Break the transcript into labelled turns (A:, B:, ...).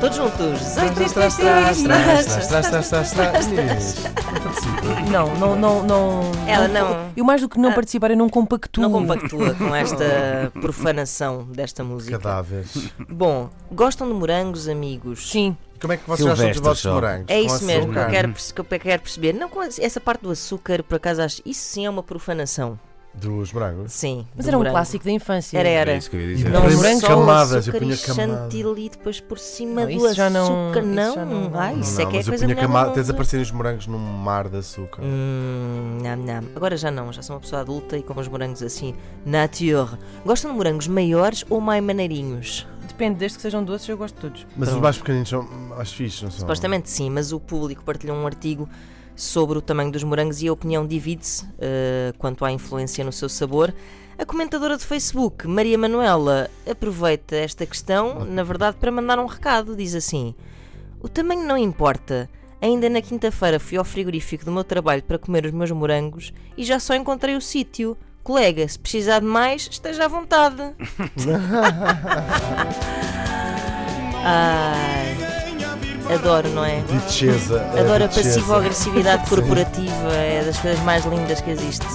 A: Todos juntos.
B: Tras, tras, tras, tras, tras, tras, tras, tras, tras. Inês, não participa.
C: Não, não, não, não.
A: Ela não- Ah.
C: Eu mais do que não participar, eu não compactuo.
A: Não compactua com esta profanação desta música.
B: Cadáveres.
A: Bom, gostam de morangos, amigos?
C: Sim.
B: Como é que vocês acham dos
D: Silvestre
B: vossos
D: só.
B: morangos?
A: É
B: Com
A: isso mesmo que eu,
B: açúcar?
A: quero, perce- que eu quero perceber. Não, com essa parte do açúcar, por acaso, acho. Isso sim é uma profanação.
B: Dos morangos?
A: Sim.
C: Mas
A: do
C: era um
A: morango.
C: clássico da infância.
A: Era, era.
D: É isso que eu ia
B: E
D: dizer.
A: Não,
B: Põe
A: morangos,
B: camadas, eu
A: açúcar
B: punha
A: e
B: camada.
A: chantilly depois por cima
C: Não,
A: do
C: isso
A: açúcar.
C: já não- isso
A: não.
C: já não-
A: Ah, isso é
B: não,
A: que é
B: mas eu
A: coisa
B: punha
A: melhor
B: camada.
A: do
B: Tens
A: mundo.
B: aparecido os morangos num mar de açúcar.
A: Hum, nham, nham. Agora já não, já sou uma pessoa adulta e como os morangos assim, nature. Gostam de morangos maiores ou mais maneirinhos?
C: Depende, desde que sejam doces, eu gosto de todos.
B: Mas os mais pequeninos são mais fixos, não são?
A: Supostamente sim, mas o público partilhou um artigo sobre o tamanho dos morangos e a opinião divide-se eh, quanto à influência no seu sabor. A comentadora de Facebook, Maria Manuela, aproveita esta questão, na verdade, para mandar um recado. Diz assim: O tamanho não importa. Ainda na quinta-feira fui ao frigorífico do meu trabalho para comer os meus morangos e já só encontrei o sítio. Colega, se precisar de mais, esteja à vontade. Ai, adoro, não é?
B: Ditcheza.
A: Adoro a passivo-agressividade corporativa, é das coisas mais lindas que existe.